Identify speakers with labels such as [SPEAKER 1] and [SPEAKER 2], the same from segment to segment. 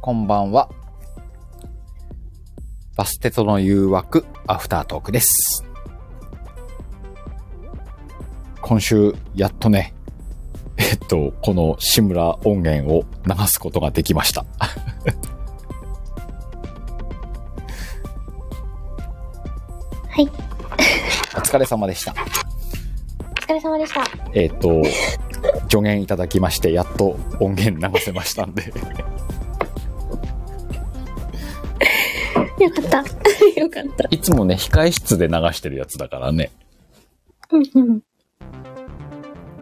[SPEAKER 1] こんばんは。バステとの誘惑、アフタートークです。今週、やっとね、えっと、この志村音源を流すことができました。
[SPEAKER 2] はい。
[SPEAKER 1] お疲れ様でした。
[SPEAKER 2] お疲れ様でした。
[SPEAKER 1] えっ、と、助言いただきまして、やっと音源流せましたんで、
[SPEAKER 2] よかった。 よかった。
[SPEAKER 1] いつもね、控え室で流してるやつだからね。
[SPEAKER 2] うんうん。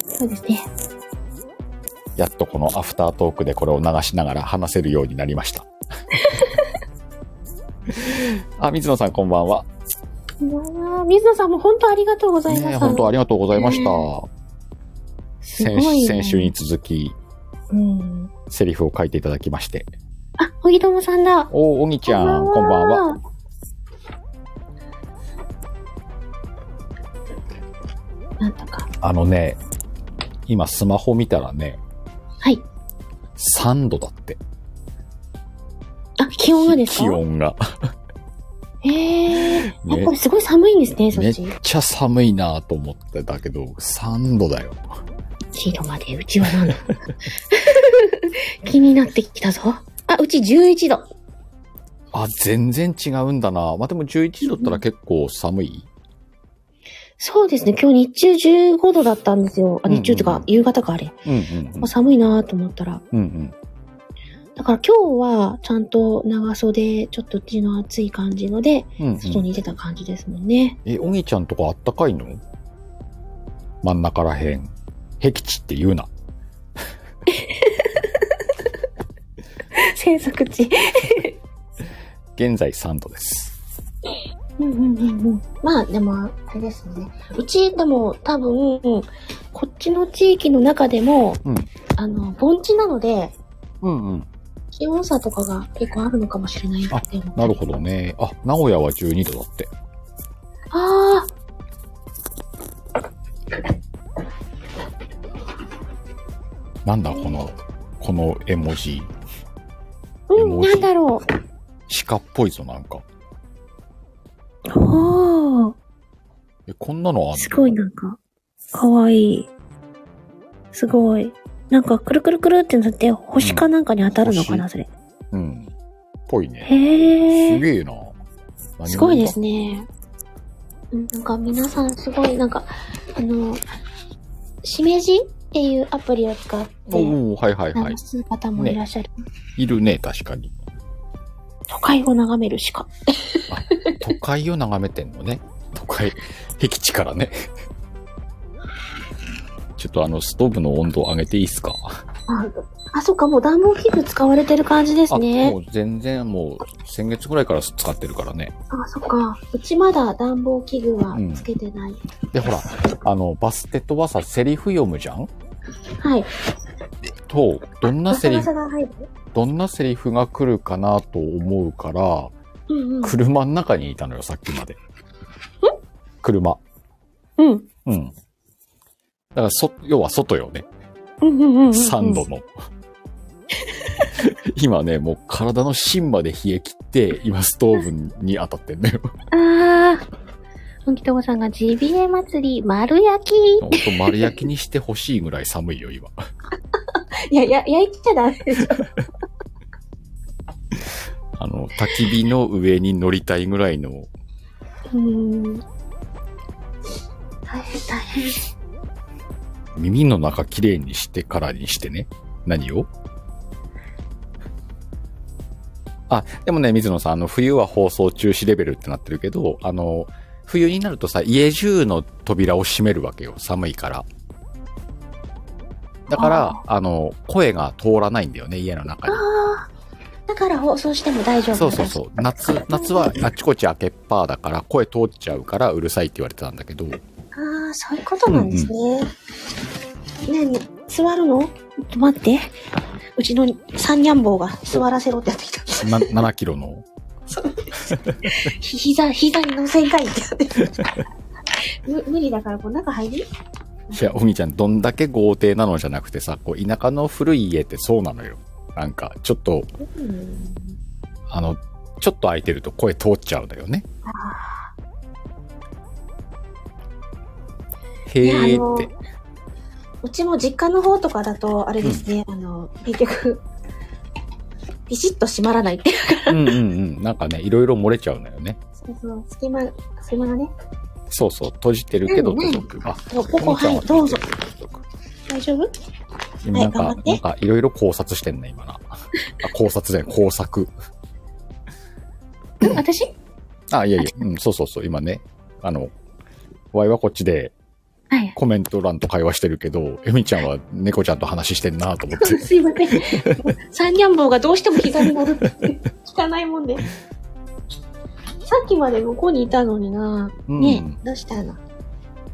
[SPEAKER 2] そうですね。
[SPEAKER 1] やっとこのアフタートークでこれを流しながら話せるようになりま した。あ、水野さんこんばんは。
[SPEAKER 2] まあ、水野さんも本当ありがとうございま
[SPEAKER 1] ね
[SPEAKER 2] す。
[SPEAKER 1] え、本当ありがとうございました。
[SPEAKER 2] す
[SPEAKER 1] 先
[SPEAKER 2] ごい、ね。
[SPEAKER 1] 先週に。続き、
[SPEAKER 2] うん。
[SPEAKER 1] セリフを書いていただきまして。
[SPEAKER 2] あ、小木友さんだ。
[SPEAKER 1] おお、おぎちゃん、こんばんは。。
[SPEAKER 2] なんとか。
[SPEAKER 1] あのね、今スマホ見たらね、
[SPEAKER 2] はい。
[SPEAKER 1] 3度だって。
[SPEAKER 2] あ、気温がですか
[SPEAKER 1] 気。温が。
[SPEAKER 2] ええー。
[SPEAKER 1] ね
[SPEAKER 2] やっぱりすごい寒いんですね、そ
[SPEAKER 1] め
[SPEAKER 2] っ
[SPEAKER 1] っ
[SPEAKER 2] ち。
[SPEAKER 1] ちゃ寒いなと思ってたけど、3度だよ。
[SPEAKER 2] 1度ま で、うちはなんだ。気になってきたぞ。あ、うち11度。
[SPEAKER 1] あ、全然違うんだな。まあ、でも11度だったら結構寒い、
[SPEAKER 2] そうですね。今日日中15度だったんですよ。あ、
[SPEAKER 1] うんうん
[SPEAKER 2] 日中とか、夕方か、あれ。
[SPEAKER 1] うん、うんうん
[SPEAKER 2] あ寒いなぁと思ったら。
[SPEAKER 1] うんうん。
[SPEAKER 2] だから今日は、ちゃんと長袖、ちょっと地の暑い感じので、
[SPEAKER 1] うんうん
[SPEAKER 2] 外に出た感じですもんね。
[SPEAKER 1] え、おぎちゃんとかあったかいの真ん中らへん。僻地って言うな。
[SPEAKER 2] 生息地。
[SPEAKER 1] 現在3度です。
[SPEAKER 2] うんうんうんうん。まあ、でも、あれですね。うち、でも、多分、こっちの地域の中でも、
[SPEAKER 1] うん
[SPEAKER 2] あの、盆地なので、
[SPEAKER 1] うんうん。
[SPEAKER 2] 気温差とかが結構あるのかもしれないなって思う
[SPEAKER 1] なるほどね。あ、名古屋は12度だって。
[SPEAKER 2] あ
[SPEAKER 1] なんだこの、この絵文字。
[SPEAKER 2] あ、う
[SPEAKER 1] で
[SPEAKER 2] ん、
[SPEAKER 1] も
[SPEAKER 2] なんだろう。
[SPEAKER 1] 鹿っぽいぞ、なんか。
[SPEAKER 2] おー。
[SPEAKER 1] え、こんなのあん
[SPEAKER 2] すごいなんか、かわいい。すごい。なんか、くるくるくるってなって、星かなんかに当たるのかな、
[SPEAKER 1] うん
[SPEAKER 2] それ。
[SPEAKER 1] のうん。ぽいね。
[SPEAKER 2] へ
[SPEAKER 1] す
[SPEAKER 2] え。
[SPEAKER 1] げえな。
[SPEAKER 2] すごいです
[SPEAKER 1] ね。
[SPEAKER 2] ね。うんなんか皆さんすごい、なんか、あの、しめじっていうアプリを使って、流
[SPEAKER 1] おおはいはいはい。
[SPEAKER 2] す方もいらっしゃる。
[SPEAKER 1] いるね、確かに。
[SPEAKER 2] 都会を眺める鹿。
[SPEAKER 1] 都会を眺めてんのね。都会、僻地からね。 ちょっとあの、ストーブの温度を上げていいですか
[SPEAKER 2] あ、あそっか、もう暖房器具使われてる感じです
[SPEAKER 1] あ、も
[SPEAKER 2] ね。
[SPEAKER 1] う全然もう、先月ぐらいから使ってるからね。
[SPEAKER 2] あそっか。うちまだ暖房器具は
[SPEAKER 1] うん
[SPEAKER 2] つけてない。
[SPEAKER 1] で、ほら、あの、バステットはさ、セリフ読むじゃん
[SPEAKER 2] はい。
[SPEAKER 1] と、どんな
[SPEAKER 2] ガ
[SPEAKER 1] セ
[SPEAKER 2] サ
[SPEAKER 1] リ
[SPEAKER 2] ガ
[SPEAKER 1] フ、
[SPEAKER 2] サが入る。
[SPEAKER 1] どんなセリフが来るかなと思うから、
[SPEAKER 2] うんうん。
[SPEAKER 1] 車の中にいたのよ、さっきまで。車。
[SPEAKER 2] うん。
[SPEAKER 1] うん。だから、そ、要は外よね。
[SPEAKER 2] うんうんうんうん。
[SPEAKER 1] 3度。の。 今ね、もう体の芯まで冷え切って、今ストーブに当たってんだ よ。
[SPEAKER 2] ああ。うんきとごさんがジビエ祭り丸焼き。
[SPEAKER 1] ほんと丸焼きにしてほしいぐらい寒いよ、今。
[SPEAKER 2] いや、や、焼いちゃダメでしょ。
[SPEAKER 1] あの、焚き火の上に乗りたいぐらいの、
[SPEAKER 2] うーん。大変大変。
[SPEAKER 1] 耳の中きれいにしてからにしてね。何をあ、でもね、水野さん、あの、冬は放送中止レベルってなってるけど、あの、冬になるとさ、家中の扉を閉めるわけよ。寒いから。だから、あの、声が通らないんだよね、家の中に。
[SPEAKER 2] ああ。だから放送しても大丈夫
[SPEAKER 1] そうそうそう。夏、夏はあっちこっち開けっぱだから、声通っちゃうからうるさいって言われてたんだけど、
[SPEAKER 2] う。ああ、そういうことなんですね。ねえねえ、座るのちょっと待って。うちの三ニャンボウが座らせろってやってきた。
[SPEAKER 1] な7キロの。
[SPEAKER 2] ひ膝、膝に乗せんかいってやってきた。む 無理だから、こう中入り
[SPEAKER 1] いや、おみちゃん、どんだけ豪邸なのじゃなくてさ、こう、田舎の古い家ってそうなのよ。なんか、ちょっと、
[SPEAKER 2] うん
[SPEAKER 1] あの、ちょっと空いてると声通っちゃうんだよね。
[SPEAKER 2] あ
[SPEAKER 1] へえ
[SPEAKER 2] あ
[SPEAKER 1] っ
[SPEAKER 2] の
[SPEAKER 1] て。
[SPEAKER 2] ーうちも実家の方とかだと、あれですね、あの、結局、ビシッと閉まらないっていう
[SPEAKER 1] うんうんうん。なんかね、いろいろ漏れちゃうんだよね。
[SPEAKER 2] そうそう、隙間、隙間がね。
[SPEAKER 1] そうそう、閉じてるけど
[SPEAKER 2] うんうん
[SPEAKER 1] 届く。あ、
[SPEAKER 2] ここ
[SPEAKER 1] ここちゃん
[SPEAKER 2] はいどうぞ
[SPEAKER 1] 閉じてるけど届く
[SPEAKER 2] 大丈夫
[SPEAKER 1] 今なん
[SPEAKER 2] は
[SPEAKER 1] か
[SPEAKER 2] い頑張っ、て
[SPEAKER 1] なんかいろいろ考察してんね、今な。あ、考察じゃない、工作。
[SPEAKER 2] ん私はい
[SPEAKER 1] あ、いやいや、うん、そうそうそう、今ね、あの、ワイはこっちで
[SPEAKER 2] はい。
[SPEAKER 1] コメント欄と会話してるけど、エミちゃんは猫ちゃんと話してんなと思 って。
[SPEAKER 2] すいま せん。三ニャンボーがどうしても膝に乗るって聞かないもんで。さっきまで向こうにいたのにな。
[SPEAKER 1] うん。
[SPEAKER 2] ねえ、どうしたの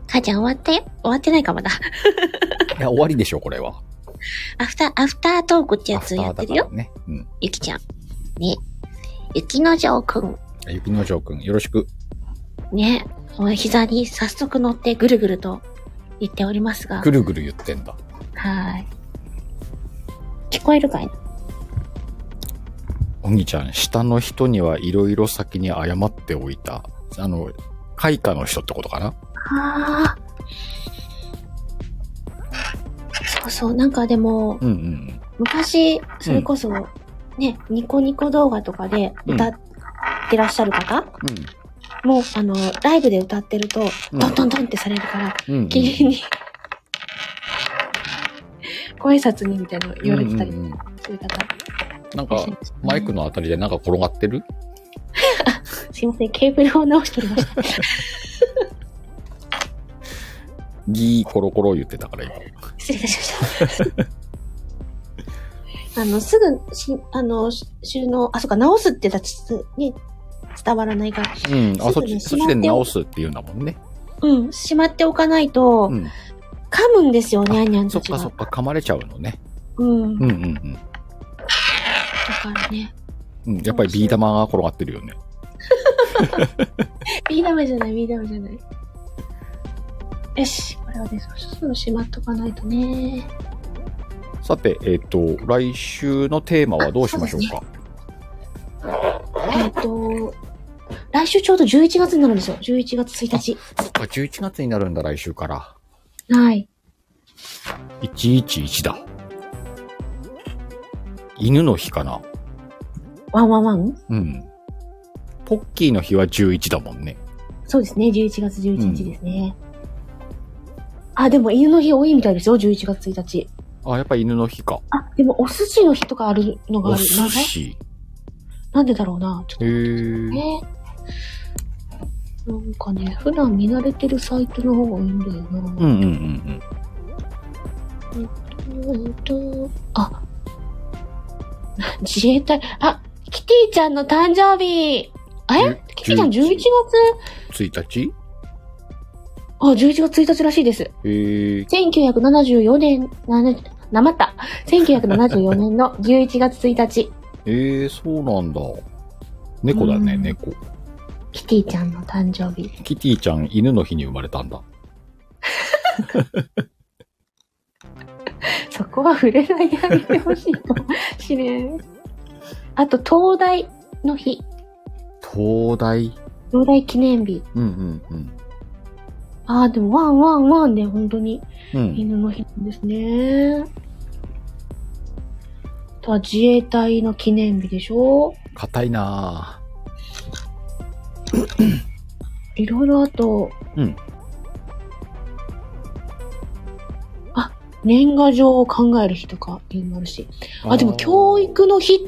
[SPEAKER 2] 母ちゃん終わって、終わってないかまだ。
[SPEAKER 1] いや、終わりでしょ、これは。
[SPEAKER 2] アフター、アフタートークってや
[SPEAKER 1] アフ
[SPEAKER 2] つ
[SPEAKER 1] タ
[SPEAKER 2] や
[SPEAKER 1] ー
[SPEAKER 2] って
[SPEAKER 1] だ
[SPEAKER 2] る
[SPEAKER 1] か
[SPEAKER 2] よ。
[SPEAKER 1] らね。うん。
[SPEAKER 2] ゆきちゃん。ね。ゆきのじょうくん。
[SPEAKER 1] 雪の城くん、よろしく。
[SPEAKER 2] ね。お膝に早速乗ってぐるぐると言っておりますが。
[SPEAKER 1] ぐるぐる言ってんだ。
[SPEAKER 2] はい。聞こえるかいな
[SPEAKER 1] おぎちゃん、下の人にはいろいろ先に謝っておいた。あの、開花の人ってことかな
[SPEAKER 2] ああ。そうそう、なんかでも、
[SPEAKER 1] うんうん
[SPEAKER 2] 昔、それこそ、ね、ニコニコ動画とかで
[SPEAKER 1] うん
[SPEAKER 2] 歌ってらっしゃる方、
[SPEAKER 1] う
[SPEAKER 2] もう、あの、ライブで歌ってると、
[SPEAKER 1] うん
[SPEAKER 2] ドンドンドンってされるから、
[SPEAKER 1] ん。うん、うん。
[SPEAKER 2] 急に、 ご挨拶にみたいなの言われてた
[SPEAKER 1] うん
[SPEAKER 2] り
[SPEAKER 1] うんうん
[SPEAKER 2] する方、
[SPEAKER 1] なん
[SPEAKER 2] いら
[SPEAKER 1] か
[SPEAKER 2] っしゃい、ますね
[SPEAKER 1] マイクのあたりでなんか転がってる
[SPEAKER 2] すいません、ケーブルを直しており ました。
[SPEAKER 1] ギーコロコロ言ってたから今。
[SPEAKER 2] 失礼いたしました。あ の、すぐ、し、あの、し収納、あ、そうか、直すってだちね、伝わらないから。
[SPEAKER 1] うん。あ、そっ
[SPEAKER 2] そうだね
[SPEAKER 1] ち、そっちで直すって言うんだもんね。
[SPEAKER 2] うん、しまっておかないと、
[SPEAKER 1] うん。
[SPEAKER 2] 噛むんですよ、にゃんにゃん
[SPEAKER 1] そ
[SPEAKER 2] た
[SPEAKER 1] っ
[SPEAKER 2] ち
[SPEAKER 1] か
[SPEAKER 2] が。
[SPEAKER 1] そっか、噛まれちゃうのね。
[SPEAKER 2] うん。
[SPEAKER 1] う
[SPEAKER 2] だ
[SPEAKER 1] んうんうん。
[SPEAKER 2] からね。
[SPEAKER 1] うん、やっぱりビー玉が転がってるよね。
[SPEAKER 2] ビーダメじゃない、ビーダメじゃない。よし、これはですね、すぐしまっとかないとね。
[SPEAKER 1] さて、えっ、と、来週のテーマはどうしましょうか。
[SPEAKER 2] えっ、と、来週ちょうど11月になるんですよ。11月1日。
[SPEAKER 1] そっか、11月になるんだ、来週から。
[SPEAKER 2] はい。
[SPEAKER 1] 111だ。犬の日かな。
[SPEAKER 2] ワンワンワン
[SPEAKER 1] うん。ポッキーの日は11だもんね。
[SPEAKER 2] そうですね、11月11日ですね。あ、でも犬の日多いみたいですよ、11月1日。
[SPEAKER 1] あ、やっぱ犬の日か。
[SPEAKER 2] あ、でもお寿司の日とかあるのが
[SPEAKER 1] お
[SPEAKER 2] ある。なん
[SPEAKER 1] 寿
[SPEAKER 2] で
[SPEAKER 1] 司。
[SPEAKER 2] なんでだろうな。ちょっと
[SPEAKER 1] へー
[SPEAKER 2] ね。なんかね、普段見慣れてるサイトの方がいいんだよ
[SPEAKER 1] うんう
[SPEAKER 2] な。
[SPEAKER 1] んうんうん。
[SPEAKER 2] うんと、あ、 自衛隊、あ、キティちゃんの誕生日えキティちゃん11月
[SPEAKER 1] 1日
[SPEAKER 2] あ、11月1日らしいです。
[SPEAKER 1] へー
[SPEAKER 2] 1974年、なね、なまった。1974年の11月1日、
[SPEAKER 1] えー、そうなんだ。猫だね、
[SPEAKER 2] うん
[SPEAKER 1] 猫。
[SPEAKER 2] キティちゃんの誕生日。
[SPEAKER 1] キティちゃん、犬の日に生まれたんだ。
[SPEAKER 2] そこは触れないであげてほしいかもしれん。あと、東大の日。
[SPEAKER 1] 東大。
[SPEAKER 2] 東大記念日。
[SPEAKER 1] うんうんうん。
[SPEAKER 2] ああ、でも、ワンワンワンで、本当に、
[SPEAKER 1] うん。
[SPEAKER 2] 犬の日なんですね。あとは、自衛隊の記念日でしょ
[SPEAKER 1] 硬いなぁ。
[SPEAKER 2] いろいろあと、
[SPEAKER 1] うん。
[SPEAKER 2] あ、年賀状を考える日とかいうのもあるし。あ、でも教。育の日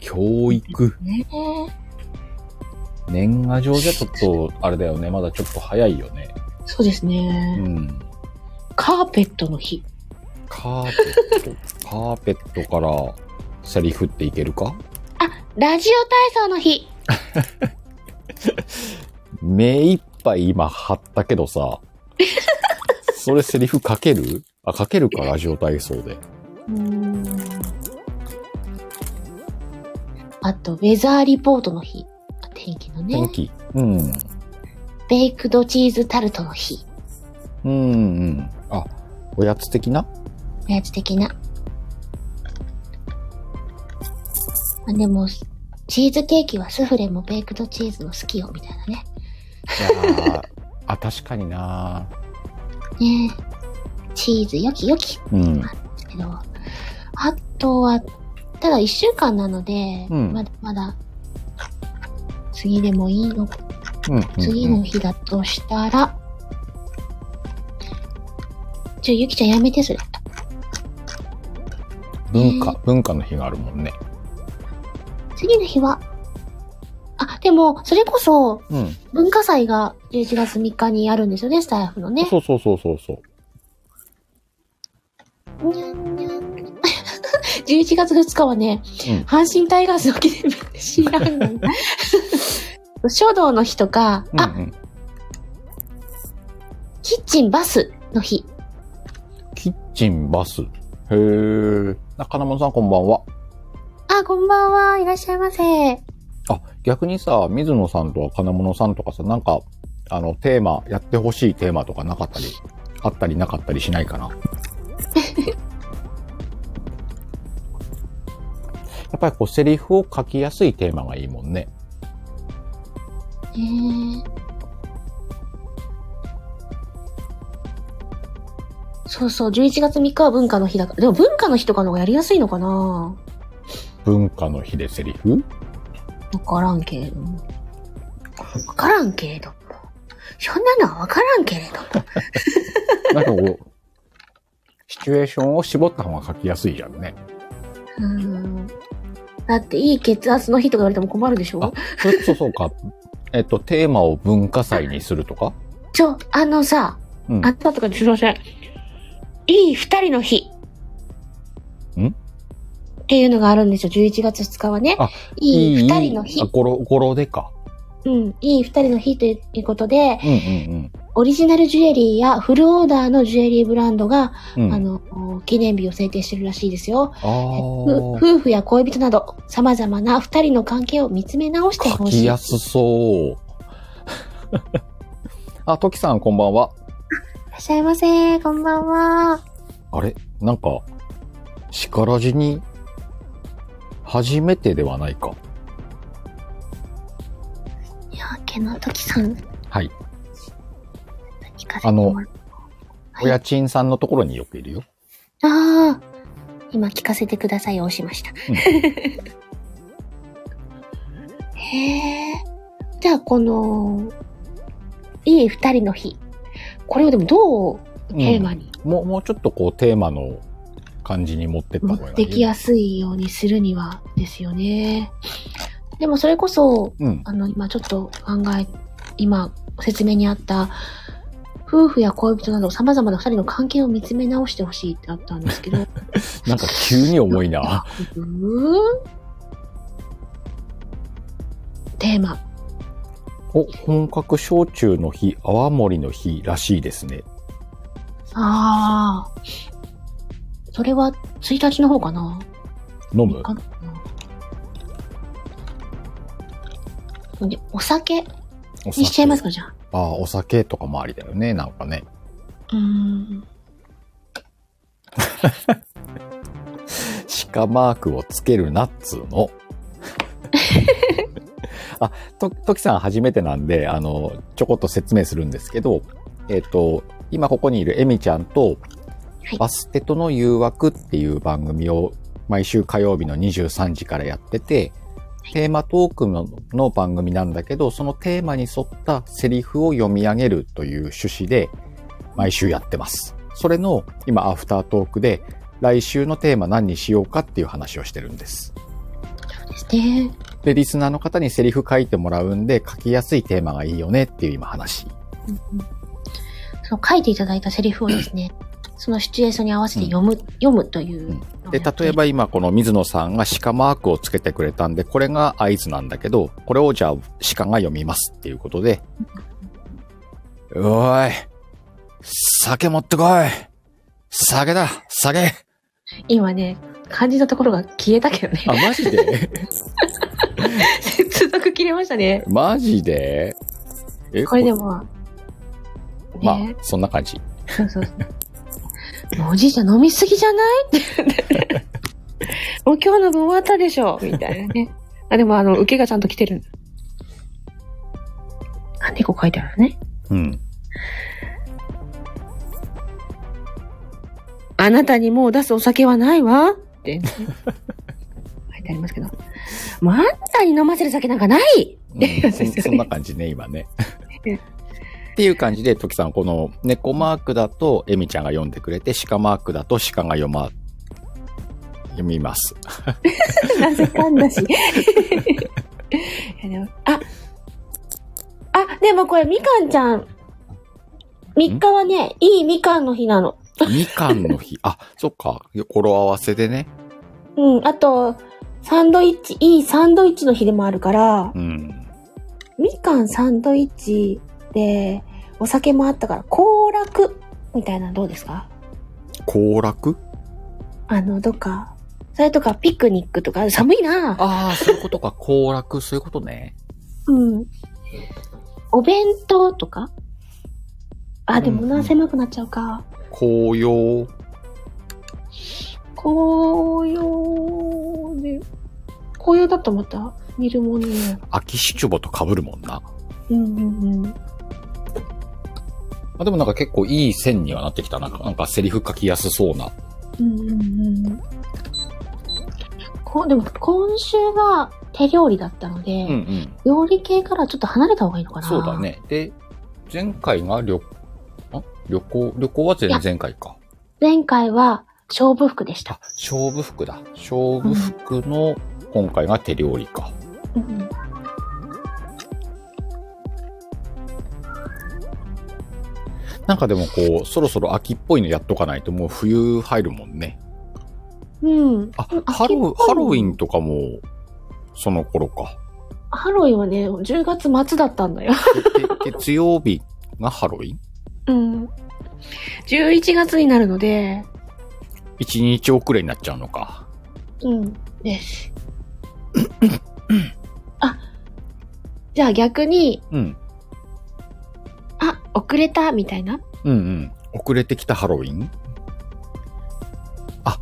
[SPEAKER 1] 教育。
[SPEAKER 2] ね。
[SPEAKER 1] 年賀状じゃちょっと、あれだよね。まだちょっと早いよね。
[SPEAKER 2] そうです
[SPEAKER 1] う
[SPEAKER 2] ね。
[SPEAKER 1] ん。
[SPEAKER 2] カーペットの日。
[SPEAKER 1] カーペッ ト。カーペットから、セリフっていけるか
[SPEAKER 2] ラジオ体操の日。
[SPEAKER 1] 目いっぱい今張ったけどさ。それセリフ書けるあ、書けるか、ラジオ体操で。
[SPEAKER 2] うーん。あと、ウェザーリポートの日。あ天気の
[SPEAKER 1] 天
[SPEAKER 2] ね。
[SPEAKER 1] 気。うん。
[SPEAKER 2] ベイクドチーズタルトの日。
[SPEAKER 1] うんうん。あ、おやつ的な
[SPEAKER 2] おやつ的な。あでも、チーズケーキはスフレもベイクドチーズも好きよ、みたいなね。
[SPEAKER 1] い やーあ、確かにな
[SPEAKER 2] ねえチーズよきよき
[SPEAKER 1] うん。
[SPEAKER 2] ですけど、あとは、ただ一週間なので、
[SPEAKER 1] うん
[SPEAKER 2] まだまだ、次でもいいの、
[SPEAKER 1] うん、
[SPEAKER 2] 次の日だとしたら、ちょ、ゆきちゃんやめて、それ。
[SPEAKER 1] 文化、文化の日があるもんね。
[SPEAKER 2] 次の日は、あ、でも、それこそ、
[SPEAKER 1] うん。
[SPEAKER 2] 文化祭が11月3日にあるんですよね、スタイフのね。
[SPEAKER 1] そうそうそうそうそう。
[SPEAKER 2] にゃんにゃん。11月2日はね、
[SPEAKER 1] うん
[SPEAKER 2] 阪神タイガースの記念日で知らんの。 書道の日とか、
[SPEAKER 1] うん
[SPEAKER 2] あ、
[SPEAKER 1] うん、
[SPEAKER 2] キッチンバスの日。
[SPEAKER 1] キッチンバス。へえ。中野さんこんばんは。
[SPEAKER 2] あ、こんばんは、いらっしゃいませ。
[SPEAKER 1] あ、逆にさ、水野さんとか金物さんとかさ、なんか、あの、テーマ、やってほしいテーマとかなかったり、あったりなかったりしない かな。やっぱりこう、セリフを書きやすいテーマがいいもんね。
[SPEAKER 2] えー、そうそう、11月3日は文化の日だから。でも文化の日とかの方がやりやすいのかな
[SPEAKER 1] 文化の日でセリフ
[SPEAKER 2] わからんけれども。わからんけれども。そんなのはわからんけれども。
[SPEAKER 1] なんかこう、シチュエーションを絞った方が書きやすいじゃんね。
[SPEAKER 2] うーんだって、いい血圧の日とか言われても困るでしょ
[SPEAKER 1] あそれこそそうか。えっと、テーマを文化祭にするとか
[SPEAKER 2] ちょ、あのさ、
[SPEAKER 1] うん
[SPEAKER 2] あ。ったとかですいません。いい二人の日。
[SPEAKER 1] ん
[SPEAKER 2] っていうのがあるんですよ。11月2日はね
[SPEAKER 1] あ。
[SPEAKER 2] いい二人の日
[SPEAKER 1] あ、。ゴロ、ゴロでか。
[SPEAKER 2] うん。いい二人の日ということで、
[SPEAKER 1] うんうん
[SPEAKER 2] オリジナルジュエリーやフルオーダーのジュエリーブランドが、
[SPEAKER 1] うん。うん、
[SPEAKER 2] あの、記念日を制定してるらしいですよ。
[SPEAKER 1] あ
[SPEAKER 2] ふ
[SPEAKER 1] ー
[SPEAKER 2] 夫婦や恋人など、様々な二人の関係を見つめ直して
[SPEAKER 1] 書
[SPEAKER 2] ほしい。
[SPEAKER 1] きやすそう。あ、トキさんこんばんは。
[SPEAKER 2] いらっしゃいませ。こんばんは。
[SPEAKER 1] あれなんか、しからじに、初めてではないか。
[SPEAKER 2] いや、けのときさん、
[SPEAKER 1] はい。
[SPEAKER 2] 聞かせて
[SPEAKER 1] あの
[SPEAKER 2] もらはい
[SPEAKER 1] お家賃さんのところによくいるよ。
[SPEAKER 2] ああ、今聞かせてくださいを押しました。
[SPEAKER 1] うん
[SPEAKER 2] へえ。じゃあ、この、いい二人の日。これをでもどうテーマに
[SPEAKER 1] もう、もうちょっとこう、テーマの感じに持ってった
[SPEAKER 2] 持
[SPEAKER 1] 方がいい。
[SPEAKER 2] ってきやすいようにするにはですよね。でもそれこそ、
[SPEAKER 1] うん。
[SPEAKER 2] あの、今ちょっと考え、今説明にあった、夫婦や恋人など様々な二人の関係を見つめ直してほしいってあったんですけど、
[SPEAKER 1] なんか急に重いな。
[SPEAKER 2] うーんテーマ。
[SPEAKER 1] お、本格焼酎の日、泡盛の日らしいですね。
[SPEAKER 2] ああ。それは1日の方かな
[SPEAKER 1] 飲む
[SPEAKER 2] かなでお酒
[SPEAKER 1] お酒
[SPEAKER 2] にしちゃいますか、じゃ
[SPEAKER 1] あ
[SPEAKER 2] あ。
[SPEAKER 1] あ、お酒とかもありだよね、なんかね。
[SPEAKER 2] うーん。
[SPEAKER 1] 鹿マークをつけるなっつー の。あ、と、ときさん初めてなんで、あの、ちょこっと説明するんですけど、えっ、と、今ここにいるエミちゃんと、
[SPEAKER 2] はい
[SPEAKER 1] バステとの誘惑っていう番組を毎週火曜日の23時からやってて、テーマトークのの番組なんだけど、そのテーマに沿ったセリフを読み上げるという趣旨で毎週やってます。それの今アフタートークで来週のテーマ何にしようかっていう話をしてるんです。
[SPEAKER 2] そうですね。
[SPEAKER 1] で、リスナーの方にセリフ書いてもらうんで書きやすいテーマがいいよねっていう今話。
[SPEAKER 2] うんうんその書いていただいたセリフをです ね、そのシチュエーションに合わせて読む、読むというのをやっ
[SPEAKER 1] で、
[SPEAKER 2] て。
[SPEAKER 1] 例えば今この水野さんが鹿マークをつけてくれたんで、これが合図なんだけど、これをじゃあ鹿が読みますっていうことで、おい、酒持ってこい酒だ酒
[SPEAKER 2] 今ね、感じたところが消えたけどね。
[SPEAKER 1] あ、マジで
[SPEAKER 2] 接続切れましたね。
[SPEAKER 1] マジでえ
[SPEAKER 2] これでも、ね、
[SPEAKER 1] まあ、そんな感じ。
[SPEAKER 2] そうそうそう。もうおじいちゃん飲みすぎじゃないってもう今日の分終わったでしょみたいなね。あ、でもあの、受けがちゃんと来てる。あ、猫書いてあるね。
[SPEAKER 1] うん。
[SPEAKER 2] あなたにもう出すお酒はないわって。書いてありますけど。もうあんたに飲ませる酒なんかない
[SPEAKER 1] うん、そんそんな感じね、今ね。っていう感じで、トキさん、この猫マークだとエミちゃんが読んでくれて、鹿マークだと鹿が読ま、読み ます。
[SPEAKER 2] なぜかんだし。いやでもあ、あ、でもこれみかんちゃん。3日はね、いいみかんの日なの。
[SPEAKER 1] みかんの日。あ、そっか。語呂合わせでね。
[SPEAKER 2] うん、あと、サンドイッチ、いいサンドイッチの日でもあるから、
[SPEAKER 1] うん。
[SPEAKER 2] みかんサンドイッチで、お酒もあったから、行楽みたいなのどうですか
[SPEAKER 1] 行楽
[SPEAKER 2] あの、どっか、それとかピクニックとか、寒いな
[SPEAKER 1] ああ、そういうことか。行楽、そういうことね。
[SPEAKER 2] うん。お弁当とかあ、でも
[SPEAKER 1] うんう
[SPEAKER 2] な、
[SPEAKER 1] ん
[SPEAKER 2] 狭くなっちゃうか。
[SPEAKER 1] 紅葉。
[SPEAKER 2] 紅葉で、紅葉だとまた見るものになる。
[SPEAKER 1] 秋シチュボと被るもんな。
[SPEAKER 2] うんうんうん。
[SPEAKER 1] あでもなんか結構いい線にはなってきたな。なんかセリフ書きやすそうな。
[SPEAKER 2] うんうんうん。こでも今週が手料理だったので、
[SPEAKER 1] うんうん。
[SPEAKER 2] 料理系からちょっと離れた方がいいのかな。
[SPEAKER 1] そうだ。ね。で、前回が旅、あ旅行、旅行は前
[SPEAKER 2] いや
[SPEAKER 1] 前回か。
[SPEAKER 2] 前回は勝負服でした
[SPEAKER 1] あ。、勝負服だ。勝負服の今回が手料理か。
[SPEAKER 2] うん、
[SPEAKER 1] なんかでもこう、そろそろ秋っぽいのやっとかないともう冬入るもんね。
[SPEAKER 2] うん。
[SPEAKER 1] あ
[SPEAKER 2] うん、
[SPEAKER 1] ハロウ
[SPEAKER 2] 秋っぽい
[SPEAKER 1] ハロウィンとかも、その頃か。
[SPEAKER 2] ハロウィンはね、10月末だったんだよ。
[SPEAKER 1] で月曜日がハロウィン
[SPEAKER 2] うん。11月になるので、
[SPEAKER 1] 一日遅れになっちゃうのか。
[SPEAKER 2] うん。です。あ、じゃあ逆に、
[SPEAKER 1] うん。
[SPEAKER 2] あ、遅れた、みたいな。
[SPEAKER 1] うんうん。遅れてきたハロウィンあ、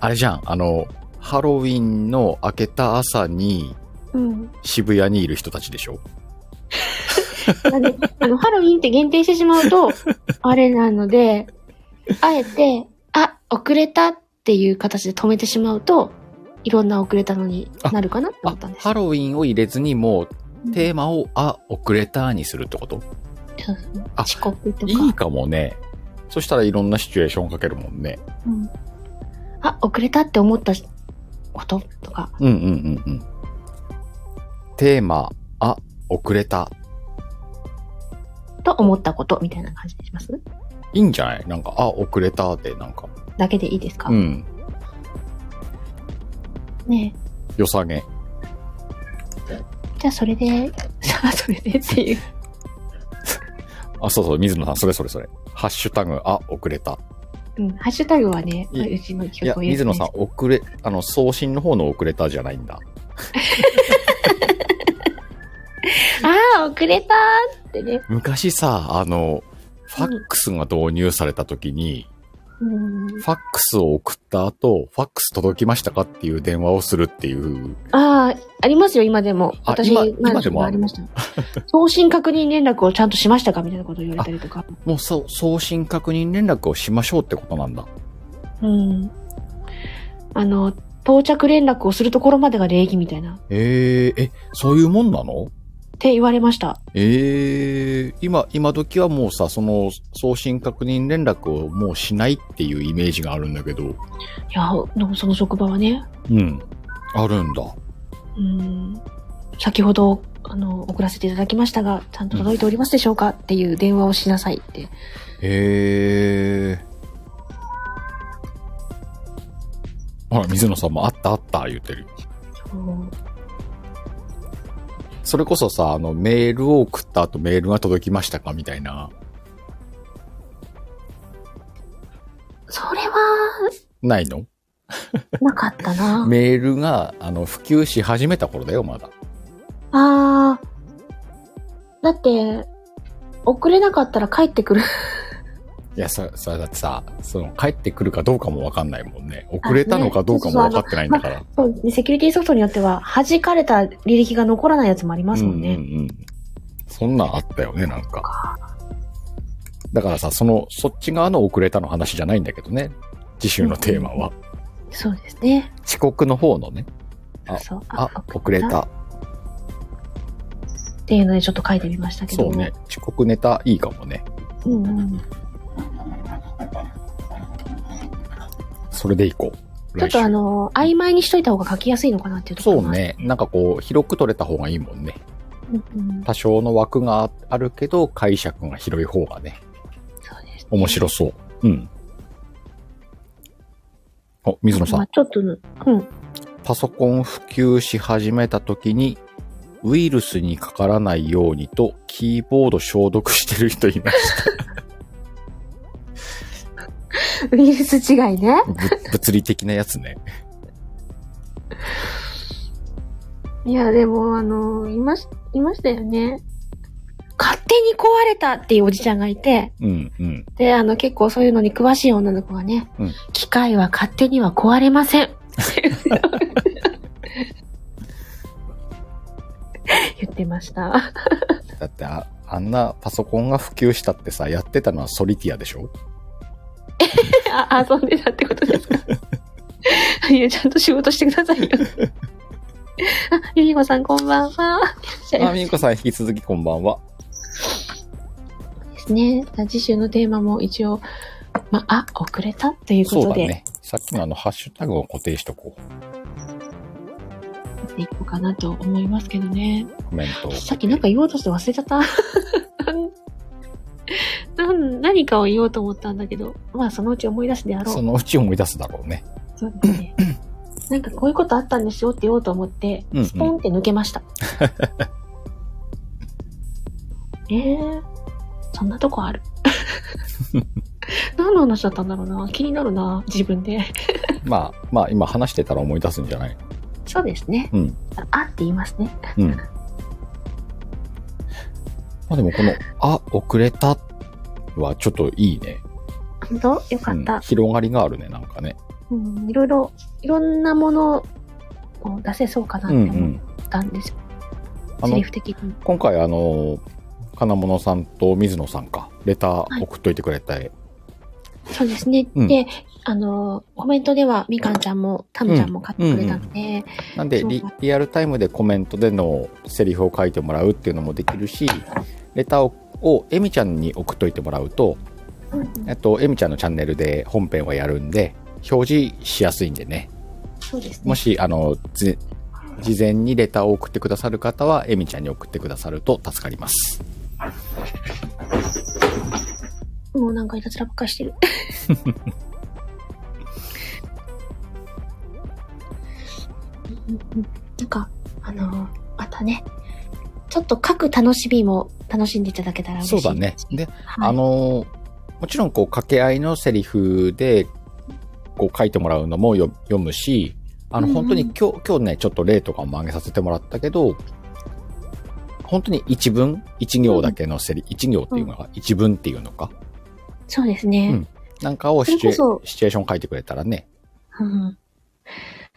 [SPEAKER 1] あれじゃん。あの、ハロウィンの明けた朝に
[SPEAKER 2] うん。
[SPEAKER 1] 渋谷にいる人たちでしょ
[SPEAKER 2] なんで、あの、ハロウィンって限定してしまう と、あれなので、あえて、あ、遅れたっていう形で止めてしまうと、いろんな遅れたのになるかなと思
[SPEAKER 1] あ
[SPEAKER 2] ったん、です。
[SPEAKER 1] ハロウィンを入れずにもうテー
[SPEAKER 2] ー
[SPEAKER 1] マを、あ、遅れたにするってことあ
[SPEAKER 2] 遅刻とか。
[SPEAKER 1] いいかもね。そしたらいろんなシチュエーションかけるもんね。
[SPEAKER 2] うんあ、遅れたって思ったこととか。
[SPEAKER 1] うんうんうんうん。テーマ、あ、遅れた。
[SPEAKER 2] と思ったことみたいな感じにします
[SPEAKER 1] いいんじゃないなんか、あ、遅れたって、なんか。
[SPEAKER 2] だけでいいですか、
[SPEAKER 1] うん。
[SPEAKER 2] ね
[SPEAKER 1] 良さげ。
[SPEAKER 2] えじゃあそれで、 じゃあそれでっていう。
[SPEAKER 1] あ、そうそう、水野さん、それそれそれ。ハッシュタグ、あ、遅れた。
[SPEAKER 2] うん、ハッシュタグはね、
[SPEAKER 1] いいう
[SPEAKER 2] ちの
[SPEAKER 1] い
[SPEAKER 2] 企
[SPEAKER 1] や、
[SPEAKER 2] 画を
[SPEAKER 1] 水野さん
[SPEAKER 2] や、
[SPEAKER 1] 遅れ、あの、送信の方の遅れたじゃないんだ。
[SPEAKER 2] つああ、遅れたーってね。
[SPEAKER 1] 昔さ、あの、ファックスが導入された時に、
[SPEAKER 2] うん。
[SPEAKER 1] ファックスを送った後、ファックス届きましたかっていう電話をするっていう、
[SPEAKER 2] ああ、ありますよ、今でも。
[SPEAKER 1] あ
[SPEAKER 2] 私、
[SPEAKER 1] 今
[SPEAKER 2] ま
[SPEAKER 1] 今でもあ
[SPEAKER 2] あ
[SPEAKER 1] る
[SPEAKER 2] りました。送信確認連絡をちゃんとしましたかみたいなことを言われたり とか。
[SPEAKER 1] もうそう、送信確認連絡をしましょうってことなんだ。
[SPEAKER 2] うん。あの、到着連絡をするところまでが礼儀みたいな。っ
[SPEAKER 1] えー、え、そういうもんなの
[SPEAKER 2] て言われました。
[SPEAKER 1] ええ今、今時はもうさ、その送信確認連絡をもうしないっていうイメージがあるんだけど。
[SPEAKER 2] いや、でもその職場はね、
[SPEAKER 1] うん。あるんだ。
[SPEAKER 2] うん先ほどあの送らせていただきましたが、ちゃんと届いておりますでしょうか、っていう電話をしなさいって。
[SPEAKER 1] へえ。ほら、水野さんもあったあった言ってる。
[SPEAKER 2] うん
[SPEAKER 1] それこそさ、あの、メールを送った後メールが届きましたかみたいな。
[SPEAKER 2] それは
[SPEAKER 1] ないの
[SPEAKER 2] なかっ たな。
[SPEAKER 1] メールが、あの、普及し始めた頃だよ、まだ。
[SPEAKER 2] あーだって、遅れなかったら帰ってくる。
[SPEAKER 1] いや、さ、さ、だってさ、その、帰ってくるかどうかもわかんないもんね。遅れたのかどうかもわかってないんだから。
[SPEAKER 2] そうですねセキュリティソフトによっては、弾かれた履歴が残らないやつもありますもん
[SPEAKER 1] うん
[SPEAKER 2] ね。
[SPEAKER 1] うんうん。そんなんあったよね、なんか。だからさ、その、そっち側の遅れたの話じゃないんだけどね。次週のテーマは。
[SPEAKER 2] そうですね。
[SPEAKER 1] 遅刻の方のね。あ
[SPEAKER 2] そう
[SPEAKER 1] あ、遅れ。た。
[SPEAKER 2] っていうのでちょっと書いてみましたけど。
[SPEAKER 1] そうね。遅刻ネタいいかもね。
[SPEAKER 2] うんうん。
[SPEAKER 1] それでいこう。
[SPEAKER 2] ちょっ
[SPEAKER 1] 来週
[SPEAKER 2] とあの、曖昧にしといた方が書きやすいのかなっていうところ
[SPEAKER 1] そ
[SPEAKER 2] も
[SPEAKER 1] う
[SPEAKER 2] ある。
[SPEAKER 1] ね。なんかこう、広く取れた方がいいもんね。
[SPEAKER 2] うんうん。
[SPEAKER 1] 多少の枠がああるけど、解釈が広い方がね、
[SPEAKER 2] そうですね
[SPEAKER 1] 面白そう。うん。お、水野さん
[SPEAKER 2] まあ。ちょっとの、うん。
[SPEAKER 1] パソコン普及し始めた時に、ウイルスにかからないようにと、キーボード消毒してる人いました。
[SPEAKER 2] ウイルス違いね。
[SPEAKER 1] ぶ物理的なやつね。
[SPEAKER 2] いや、でも、あの、いまし、いましたよね。勝手に壊れたっていうおじちゃんがいて、
[SPEAKER 1] うん、うん。
[SPEAKER 2] で、あの、結構そういうのに詳しい女の子がね、
[SPEAKER 1] うん
[SPEAKER 2] 機械は勝手には壊れ ません。言ってました。
[SPEAKER 1] だってあ、あんなパソコンが普及したってさ、やってたのはソリティアでしょ
[SPEAKER 2] あ、遊んでたってことですか いや、ちゃんと仕事してくださいよ。 あ、ゆりこさんこんばんは。いら
[SPEAKER 1] あ、
[SPEAKER 2] っしゃい
[SPEAKER 1] みゆこさん引き続きこんばんは。
[SPEAKER 2] ますね。じゃあ次週のテーマも一応、ま、あ、遅れたというこ
[SPEAKER 1] そう
[SPEAKER 2] と
[SPEAKER 1] だ
[SPEAKER 2] で、
[SPEAKER 1] ね。さっきのあの、ハッシュタグを固定しとこう。
[SPEAKER 2] やっていこうかなと思いますけどね。
[SPEAKER 1] コメントを。
[SPEAKER 2] さっきなんか言おうとして忘れちゃった。 なん何かを言おうと思ったんだけど、まあそのうち思い出すであろう。
[SPEAKER 1] そのうち思い出すだろうね。
[SPEAKER 2] そうです ね。なんかこういうことあったんですよって言おうと思って
[SPEAKER 1] うんう、ん
[SPEAKER 2] スポンって抜けま した。えー、そんなとこある。 何の話だったんだろうな。気になるな、自分で。
[SPEAKER 1] まあ、まあ、今話してたら思い出すんじゃない
[SPEAKER 2] そうですね。
[SPEAKER 1] うん。
[SPEAKER 2] あって言いますね。
[SPEAKER 1] うん。まあでもこの、あ、遅れたはちょっといいね。
[SPEAKER 2] 本当よかっ
[SPEAKER 1] うん
[SPEAKER 2] た。
[SPEAKER 1] 広がりがあるね、なんかね。
[SPEAKER 2] うん、いろいろ、いろんなものを出せそうかなっ
[SPEAKER 1] う
[SPEAKER 2] て
[SPEAKER 1] んう
[SPEAKER 2] 思
[SPEAKER 1] ん。
[SPEAKER 2] ったんですよ。
[SPEAKER 1] あ
[SPEAKER 2] セ
[SPEAKER 1] の
[SPEAKER 2] リ、フ的に。
[SPEAKER 1] 今回あの、金物さんと水野さんか、レター送っといてくれた、
[SPEAKER 2] そうですね。
[SPEAKER 1] うん
[SPEAKER 2] で、あの、コメントではみかんちゃんもたむちゃんも買ってくれたので、
[SPEAKER 1] なんで
[SPEAKER 2] そう
[SPEAKER 1] リ、リアルタイムでコメントでのセリフを書いてもらうっていうのもできるし、レターを、をエミちゃんに送っといてもらうと、
[SPEAKER 2] うん
[SPEAKER 1] えっと、エミちゃんのチャンネルで本編はやるんで、表示しやすいんでね。
[SPEAKER 2] そうですね。
[SPEAKER 1] もし、あの、ぜ事前にレターを送ってくださる方は、エミちゃんに送ってくださると助かります。
[SPEAKER 2] もうなんかいたずらばっかりしてる。 なんか、あのーまたね、ちょっと書く楽しみも楽しんでいただけたら嬉し
[SPEAKER 1] そ
[SPEAKER 2] いう
[SPEAKER 1] だね。で、
[SPEAKER 2] はい、
[SPEAKER 1] あの、もちろん、こう、掛け合いのセリフで、こう、書いてもらうのもよ読むし、あの、
[SPEAKER 2] うんうん
[SPEAKER 1] 本当に今日、今日ね、ちょっと例とかも挙げさせてもらったけど、本当に一文、一行だけのセリ、一行っていうのが、一文っていうのか、
[SPEAKER 2] そうですね。
[SPEAKER 1] なんかをシチュエシ
[SPEAKER 2] それこ
[SPEAKER 1] チュエーション書いてくれたらね、
[SPEAKER 2] うん。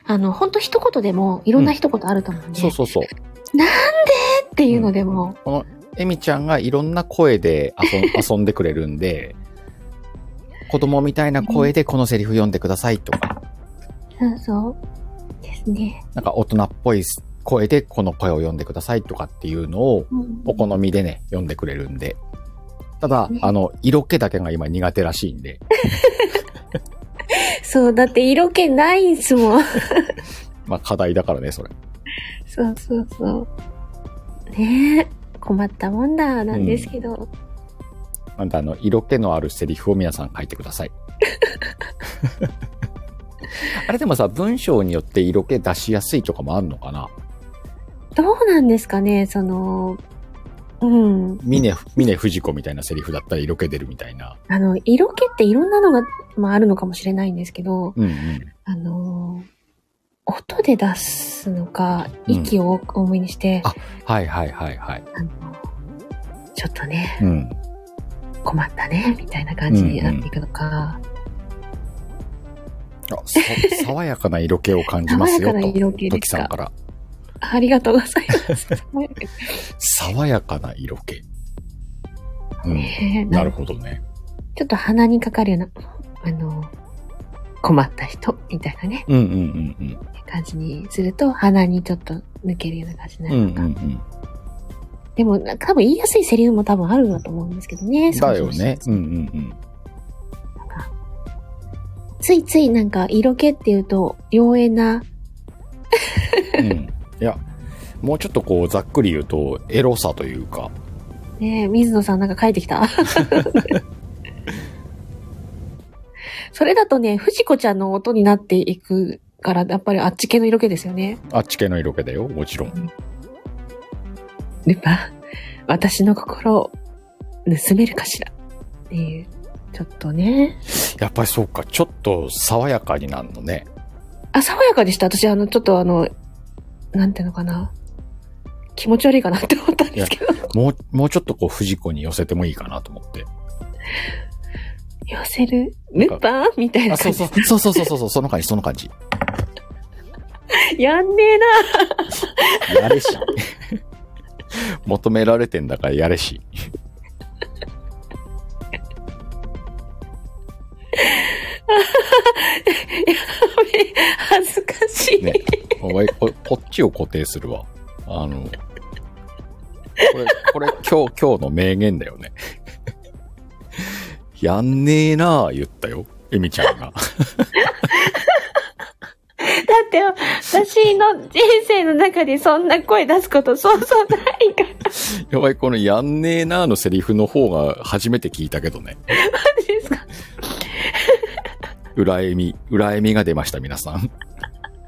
[SPEAKER 2] あの、ほんと一言でも、いろんな一言あると思うんで、
[SPEAKER 1] そうそうそう。
[SPEAKER 2] っていうのでも、
[SPEAKER 1] このエミちゃんがいろんな声で遊ん遊 んでくれるんで、子供みたいな声でこのセリフ読んでくださいとか、
[SPEAKER 2] そうそうですね。
[SPEAKER 1] なんか大人っぽい声でこの声を読んでくださいとかっていうのを
[SPEAKER 2] うん
[SPEAKER 1] お好みでね、読んでくれるんで。ただ
[SPEAKER 2] ね、
[SPEAKER 1] あの、色気だけが今苦手らしいんで、
[SPEAKER 2] そう、だって色気ないんすもん。
[SPEAKER 1] まあ課題だからね、それ。
[SPEAKER 2] そうそうそう。ねえ、困ったもんだ、なんですけど。
[SPEAKER 1] なんであの、色気のあるセリフを皆さん書いてくだ さい。あれでもさ、文章によって色気出しやすいとかもあるのかな
[SPEAKER 2] どうなんですかね、その、うん。
[SPEAKER 1] 峰、峰不二子みたいなセリフだったら色気出るみたいな。
[SPEAKER 2] あの、色気っていろんなのが、まああるのかもしれないんですけど、
[SPEAKER 1] うんうん。
[SPEAKER 2] あの、音で出すのか、
[SPEAKER 1] うん
[SPEAKER 2] 息を多めにして、
[SPEAKER 1] はいはいはいはい。
[SPEAKER 2] あの、ちょっとね、
[SPEAKER 1] うん。
[SPEAKER 2] 困ったね、みたいな感じになっていくのか、
[SPEAKER 1] あさ爽やかな色気を感じますよ
[SPEAKER 2] 爽やかな
[SPEAKER 1] と、
[SPEAKER 2] 色気で
[SPEAKER 1] 時
[SPEAKER 2] す
[SPEAKER 1] さん
[SPEAKER 2] か。
[SPEAKER 1] から。
[SPEAKER 2] ありがとうございます。
[SPEAKER 1] 爽やかな色気。うん。
[SPEAKER 2] ね
[SPEAKER 1] なるほどね。
[SPEAKER 2] ちょっと鼻にかかるような、あの、困った人みたいなね、
[SPEAKER 1] うんうんうん
[SPEAKER 2] 感じにすると、鼻にちょっと抜けるような感じに
[SPEAKER 1] う。
[SPEAKER 2] なん
[SPEAKER 1] うんう
[SPEAKER 2] るの
[SPEAKER 1] ん
[SPEAKER 2] か。
[SPEAKER 1] うん。
[SPEAKER 2] でも、なんか多分言いやすいセリフも多分あるんだと思うんですけどね。
[SPEAKER 1] だよね。うん
[SPEAKER 2] そう
[SPEAKER 1] う
[SPEAKER 2] そうそうん
[SPEAKER 1] うん。
[SPEAKER 2] ついついなんか色気っていうと、妖艶な、
[SPEAKER 1] うん、いや、もうちょっとこう、ざっくり言うと、エロさというか、
[SPEAKER 2] ねえ水野さんなんか書いて きた。それだとね、藤子ちゃんの音になっていくから、やっぱりあっち系の色気ですよね。
[SPEAKER 1] あっち系の色気だよ、もちろん。
[SPEAKER 2] ルパン、私の心を盗めるかしらっていう。ちょっとね。
[SPEAKER 1] やっぱりそうか、ちょっと爽やかになるのね。
[SPEAKER 2] あ、爽やかでした。私、あの、ちょっとあの、なんていうのかな。気持ち悪いかなって思ったんですけど。
[SPEAKER 1] もう、もうちょっとこう、藤子に寄せてもいいかなと思って。
[SPEAKER 2] 寄せるルパンみたいな
[SPEAKER 1] あ、そ
[SPEAKER 2] 感
[SPEAKER 1] う
[SPEAKER 2] じ
[SPEAKER 1] そう、。そうそうそうそうそう、その感じ、その感じ。
[SPEAKER 2] やんねえな。
[SPEAKER 1] やれし。 求められてんだからやれし。
[SPEAKER 2] 恥ずかしい。
[SPEAKER 1] ねお前こ、 こっちを固定するわ。あの、これ、これ 今日、今日の名言だよね。 やんねえなあ言ったよ。エミちゃんが。
[SPEAKER 2] だって、私の人生の中でそんな声出すことそうそうないから、
[SPEAKER 1] やばい、このやんねえなーのセリフの方が初めて聞いたけどね。
[SPEAKER 2] ですか。
[SPEAKER 1] 裏エミ、裏エミが出ました、皆さん。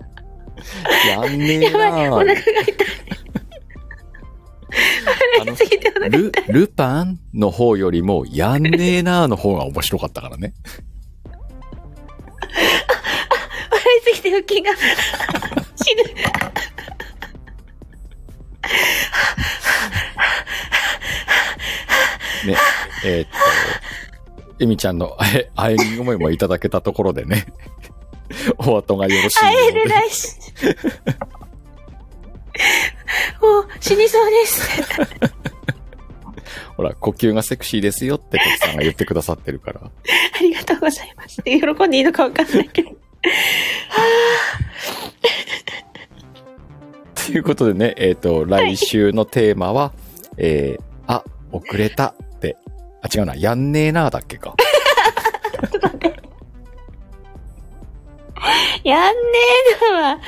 [SPEAKER 1] やんねえな
[SPEAKER 2] お腹が
[SPEAKER 1] ー。
[SPEAKER 2] 痛い。
[SPEAKER 1] あの
[SPEAKER 2] すぎてお腹
[SPEAKER 1] ル、ルパンの方よりも、やんねえなーの方が面白かったからね。
[SPEAKER 2] 笑いすぎて腹筋が死ぬ。
[SPEAKER 1] ね。えーっと、エミちゃんのあえ、あえに思いもいただけたところでね。 お後がよろしい
[SPEAKER 2] 会え
[SPEAKER 1] よう
[SPEAKER 2] る
[SPEAKER 1] で。
[SPEAKER 2] 来週。もう死にそうです。
[SPEAKER 1] ほら、呼吸がセクシーですよって、徳さんが言ってくださってるから。
[SPEAKER 2] ありがとうございます。喜んでいいのかわかんないけど。
[SPEAKER 1] ということでね、えっ、と、来週のテーマは、えー、あ、遅れたって、あ、違うな、やんねえなーだっけか。
[SPEAKER 2] やんねえなは。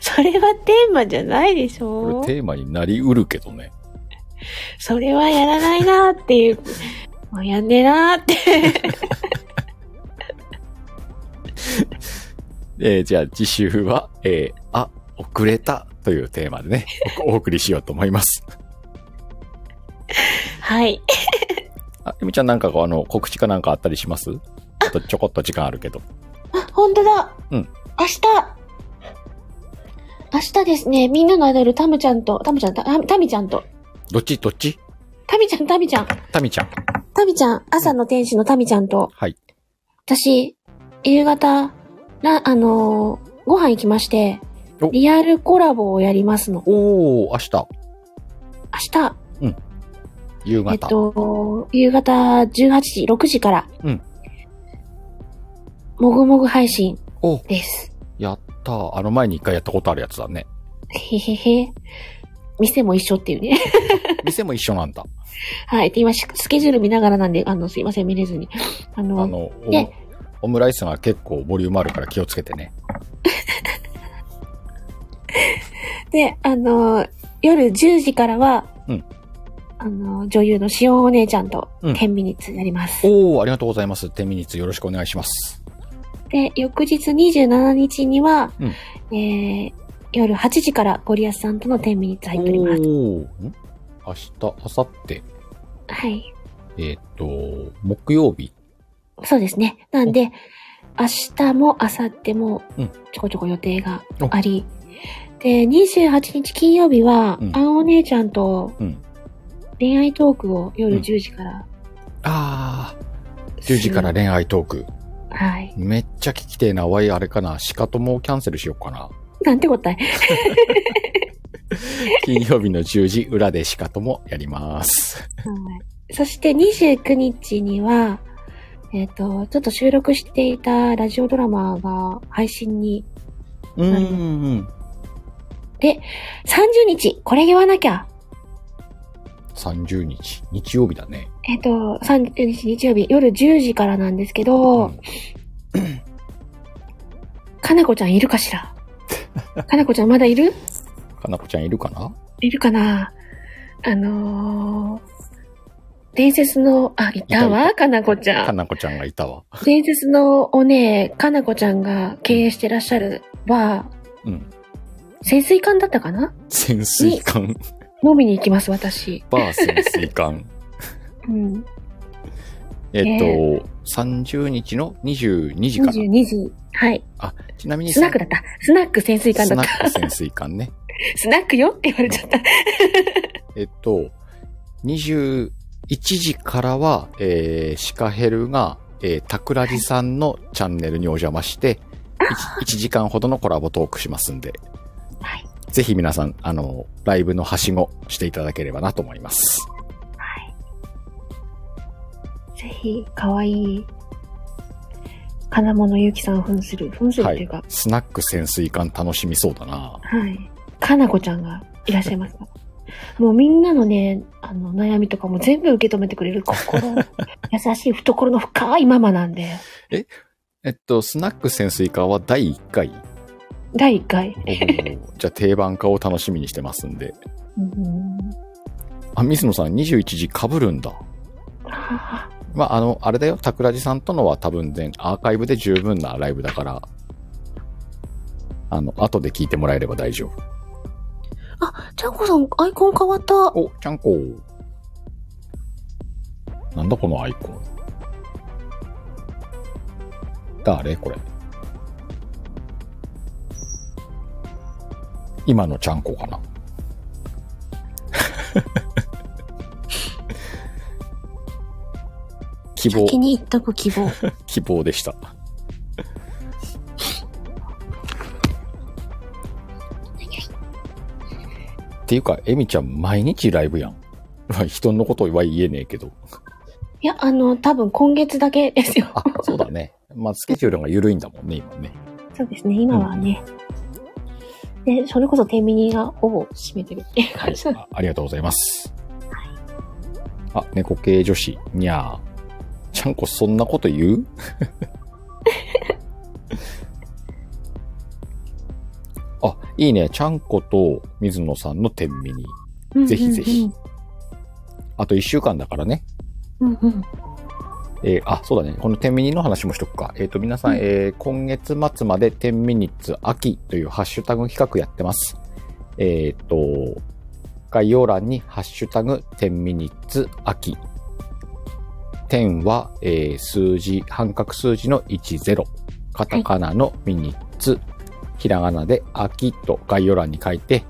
[SPEAKER 2] それはテーマじゃないでし
[SPEAKER 1] こ
[SPEAKER 2] ょ
[SPEAKER 1] れテーマになりうるけどね。
[SPEAKER 2] それはやらないなーっていう。もうやんねえなーって。
[SPEAKER 1] えー、じゃあ次週は、えー、あ、遅れたというテーマでね、おお送りしようと思います。
[SPEAKER 2] はい。
[SPEAKER 1] あ、ゆみちゃんなんかこうあの、告知かなんかあったりしますあとちょこっと時間あるけど。
[SPEAKER 2] あ、本当だ。
[SPEAKER 1] うん。
[SPEAKER 2] 明日。明日ですね、みんなのアイドル、タムちゃんと、タムちゃん、タタミちゃんと、
[SPEAKER 1] どっちどっち
[SPEAKER 2] タミちゃん、タミちゃん、
[SPEAKER 1] タミちゃん。
[SPEAKER 2] タミちゃん、朝の天使のタミちゃんと、
[SPEAKER 1] はい。
[SPEAKER 2] 私、夕方、ら、あのーご飯行きまして
[SPEAKER 1] お、
[SPEAKER 2] リアルコラボをやりますの。
[SPEAKER 1] おー、明日、
[SPEAKER 2] 明日、
[SPEAKER 1] 夕方。
[SPEAKER 2] えっと、夕方18時、6時から、
[SPEAKER 1] うん
[SPEAKER 2] もぐもぐ配信
[SPEAKER 1] お、
[SPEAKER 2] です。
[SPEAKER 1] やったー。あの前に一回やったことあるやつだ ね。
[SPEAKER 2] へへへ。店も一緒っていうね。
[SPEAKER 1] 店も一緒なんだ。
[SPEAKER 2] はい。で、今、しスケジュール見ながらなんで、あの、すいません、見れずに。あの、
[SPEAKER 1] あの、お
[SPEAKER 2] ね
[SPEAKER 1] オムライスが結構ボリュームあるから気をつけてね。
[SPEAKER 2] で、あの、夜10時からは、
[SPEAKER 1] うん
[SPEAKER 2] あの、女優のしおんお姉ちゃんと、
[SPEAKER 1] うん
[SPEAKER 2] 10ミニッツやります。
[SPEAKER 1] おー、ありがとうございます。10ミニッツよろしくお願いします。
[SPEAKER 2] で、翌日27日には、
[SPEAKER 1] うん
[SPEAKER 2] えー、夜8時からゴリアスさんとの10ミニッツ入っております。
[SPEAKER 1] おー、ん明日、明後日、
[SPEAKER 2] はい。
[SPEAKER 1] えっ、と、木曜日。
[SPEAKER 2] そうですね。なんで、明日も明後日も
[SPEAKER 1] うん、
[SPEAKER 2] ちょこちょこ予定があり、で、28日金曜日は、
[SPEAKER 1] うん
[SPEAKER 2] あんお姉ちゃんと
[SPEAKER 1] うん。
[SPEAKER 2] 恋愛トークを夜
[SPEAKER 1] うん
[SPEAKER 2] 10時から。
[SPEAKER 1] ああ、10時から。恋愛トーク。
[SPEAKER 2] はい。
[SPEAKER 1] めっちゃ聞きてえな。わい、あれかな。しかともキャンセルしようかな。
[SPEAKER 2] なんて答え。
[SPEAKER 1] 金曜日の10時、裏でしかともやります。
[SPEAKER 2] はいそして29日には、えっ、と、ちょっと収録していたラジオドラマが配信に、
[SPEAKER 1] うんうんうん。
[SPEAKER 2] 30日、これ言わなきゃ。
[SPEAKER 1] 30日、日曜日だね。
[SPEAKER 2] えっ、と、30日日曜日夜10時からなんですけど、
[SPEAKER 1] うん
[SPEAKER 2] かなこちゃんいるか しらかなこちゃんまだいる
[SPEAKER 1] かなこちゃんいるかない
[SPEAKER 2] るかなあのー、伝説の、あ、いた
[SPEAKER 1] いた
[SPEAKER 2] わ、かなこちゃ
[SPEAKER 1] か
[SPEAKER 2] ん。
[SPEAKER 1] なこちゃんがいたわ。
[SPEAKER 2] 伝説のお姉、かなこちゃんが経営してらっしゃるバ
[SPEAKER 1] うん。
[SPEAKER 2] ー、潜水艦だったかな
[SPEAKER 1] 潜水艦。
[SPEAKER 2] 飲みに行きます、私。
[SPEAKER 1] バー潜水艦。
[SPEAKER 2] うん。
[SPEAKER 1] えっと、
[SPEAKER 2] ね
[SPEAKER 1] 30日の22時から。
[SPEAKER 2] 22時。はい。
[SPEAKER 1] あ、ちなみに
[SPEAKER 2] スナックだった。スナック潜水艦
[SPEAKER 1] ス
[SPEAKER 2] だ
[SPEAKER 1] ナ
[SPEAKER 2] った。
[SPEAKER 1] ック潜水艦ね。
[SPEAKER 2] スナックよって言われちゃった。
[SPEAKER 1] えっと、21時からは、えーシカヘルが、えー、タクラジさんのチャンネルにお邪魔して、1, 時間ほどのコラボトークしますんで、
[SPEAKER 2] はい。
[SPEAKER 1] ぜひ皆さん、あの、ライブのはしごしていただければなと思います。
[SPEAKER 2] ぜひ、かわいい、金物ゆきさん扮する、扮する
[SPEAKER 1] は
[SPEAKER 2] っていう
[SPEAKER 1] い
[SPEAKER 2] か、。
[SPEAKER 1] スナック潜水艦楽しみそうだな
[SPEAKER 2] はい。かなこちゃんがいらっしゃいますから。もうみんなのね、あの、悩みとかも全部受け止めてくれる心、 優しい懐の深いママなんで、
[SPEAKER 1] えっと、スナック潜水艦は第1回。
[SPEAKER 2] 第1回。
[SPEAKER 1] おーじゃあ定番化を楽しみにしてますんで。
[SPEAKER 2] うん
[SPEAKER 1] あ、水野さん21時被るんだ。
[SPEAKER 2] あ
[SPEAKER 1] まあ、あの、あれだよ。桜地さんとのは多分全アーカイブで十分なライブだから、あの、後で聞いてもらえれば大丈
[SPEAKER 2] ーちゃんこさん、アイコン変わった。
[SPEAKER 1] 夫。お、ちゃんこなんだこのアイコン。誰これ。今のちゃんこかな。希望。
[SPEAKER 2] 先に一択希望。
[SPEAKER 1] 希望でした。っていうか、エミちゃん毎日ライブやん。まあ人のことは言えねえけど。
[SPEAKER 2] いや、あの、多分今月だけですよ。
[SPEAKER 1] あ、そうだね。まあスケジュールが緩いんだもんね、今ね。
[SPEAKER 2] そうですね、今はね。で、それこそ天秤がほぼ占めてるっていう
[SPEAKER 1] は
[SPEAKER 2] 感
[SPEAKER 1] い
[SPEAKER 2] じなんで。
[SPEAKER 1] あ。ありがとうございます。あ、猫系女子、にゃー。ちゃんこそんなこと言う あ、いいね。ちゃんこと水野さんの天秤に。
[SPEAKER 2] うん
[SPEAKER 1] ぜひぜひ。あと1週間だからね。
[SPEAKER 2] うんうん。
[SPEAKER 1] えーあ、そうだね。この天秤の話もしとくか。えっ、と、皆さん、
[SPEAKER 2] うん
[SPEAKER 1] えー今月末まで天秤日秋というハッシュタグ企画やってます。えっ、と、概要欄にハッシュタグ天秤日秋。天は、えー数字、半角数字の10。カタカナのミニッツ。ひらがなで秋と概要欄に書いて、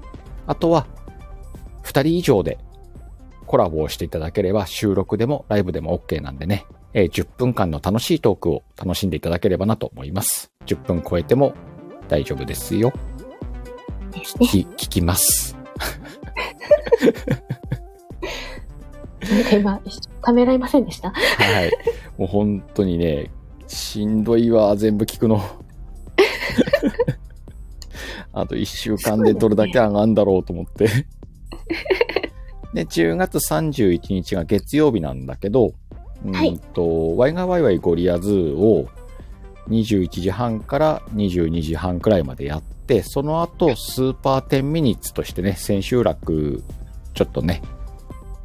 [SPEAKER 1] あとは、二人以上でコラボをしていただければ収録でもライブでも OK なんでね、えー10分間の楽しいトークを楽しんでいただければなと思います。10分超えても大丈夫ですよ。
[SPEAKER 2] ですね。
[SPEAKER 1] き聞きます。
[SPEAKER 2] なんか今、ためらいませんでした
[SPEAKER 1] はい。もう本当にね、しんどいわ、全部聞 くの。あと1週間でどれだけ上がるんだろうと思って。で、10月31日が月曜日なんだけど、う
[SPEAKER 2] はい
[SPEAKER 1] ーんと、ワイガワイワイゴリアズーを21時半から22時半くらいまでやって、その後、スーパー10ミニッツとしてね、千秋楽、ちょっとね、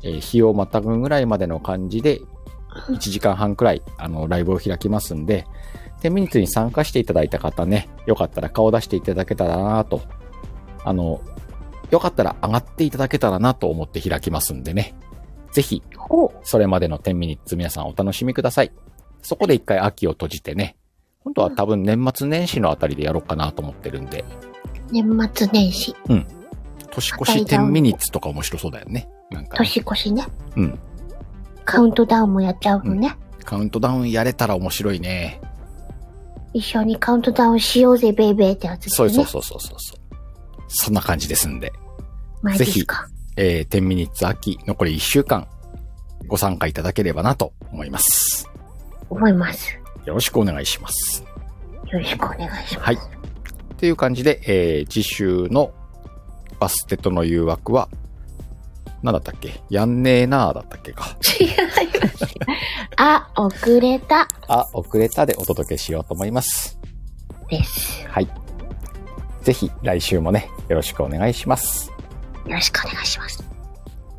[SPEAKER 1] えー日をまたぐぐらいまでの感じで、1時間半くらい、あの、ライブを開きますんで、10ミニッツに参加していただいた方ね、よかったら顔出していただけたらなと、あの、よかったら上がっていただけたらなと思って開きますんでね。ぜひ、
[SPEAKER 2] お
[SPEAKER 1] それまでの10ミニッツ皆さんお楽しみください。そこで一回秋を閉じてね、今度は多分年末年始のあたりでやろうかなと思ってるんで、
[SPEAKER 2] 年末年始、
[SPEAKER 1] 年越し10ミニッツとか面白そうだよね。なんかね、
[SPEAKER 2] 年越しね。
[SPEAKER 1] うん。
[SPEAKER 2] カウントダウンもやっちゃうのね。
[SPEAKER 1] カウントダウンやれたら面白いね。
[SPEAKER 2] 一緒にカウントダウンしようぜ、ベイベーってやつです
[SPEAKER 1] そう
[SPEAKER 2] ね。
[SPEAKER 1] そうそうそうそうそう。そんな感じですんで、
[SPEAKER 2] マジですか。
[SPEAKER 1] えー、10ミニッツ秋、残り1週間、ご参加いただければなと思います。
[SPEAKER 2] 思います。
[SPEAKER 1] よろしくお願いします。
[SPEAKER 2] よろしくお願いします。
[SPEAKER 1] はい。っていう感じで、えー、次週のバステとの誘惑は、なんだったっけやんねえなーだったっけか。
[SPEAKER 2] 違います。あ、遅れた
[SPEAKER 1] あ、遅れたでお届けしようと思います。
[SPEAKER 2] です。
[SPEAKER 1] はい。ぜひ来週もね、よろしくお願いします。
[SPEAKER 2] よろしくお願いします。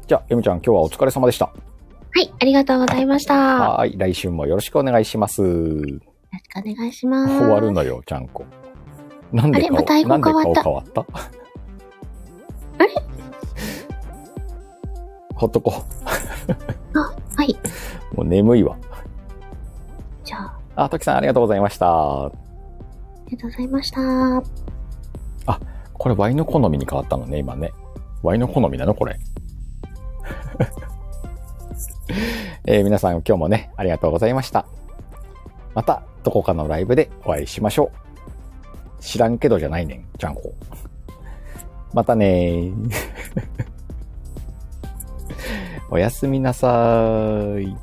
[SPEAKER 1] じゃあ、ゆみちゃん今日はお疲れ様でした。
[SPEAKER 2] はい、ありがとうございました。よ
[SPEAKER 1] はーい。来週もよろしくお願いします。
[SPEAKER 2] ろしくお願いします。
[SPEAKER 1] 終わるのよ、ちゃんこ。なんで
[SPEAKER 2] あれま
[SPEAKER 1] 顔、
[SPEAKER 2] た英語
[SPEAKER 1] なんで
[SPEAKER 2] 変わ
[SPEAKER 1] 顔
[SPEAKER 2] った
[SPEAKER 1] 変わった
[SPEAKER 2] あれ
[SPEAKER 1] ほっとこ
[SPEAKER 2] はい。
[SPEAKER 1] う。もう眠いわ。
[SPEAKER 2] じゃあ、あ
[SPEAKER 1] あ、ときさんありがとうございました。
[SPEAKER 2] りがとうございました。
[SPEAKER 1] これワイの好みに変わったのね、今ね。ワイの好みなのこれ。 えー皆さん今日もね、ありがとうございました。また、どこかのライブでお会いしましょう。知らんけどじゃないねん、ちゃんこ。またね ー。おやすみなさーい。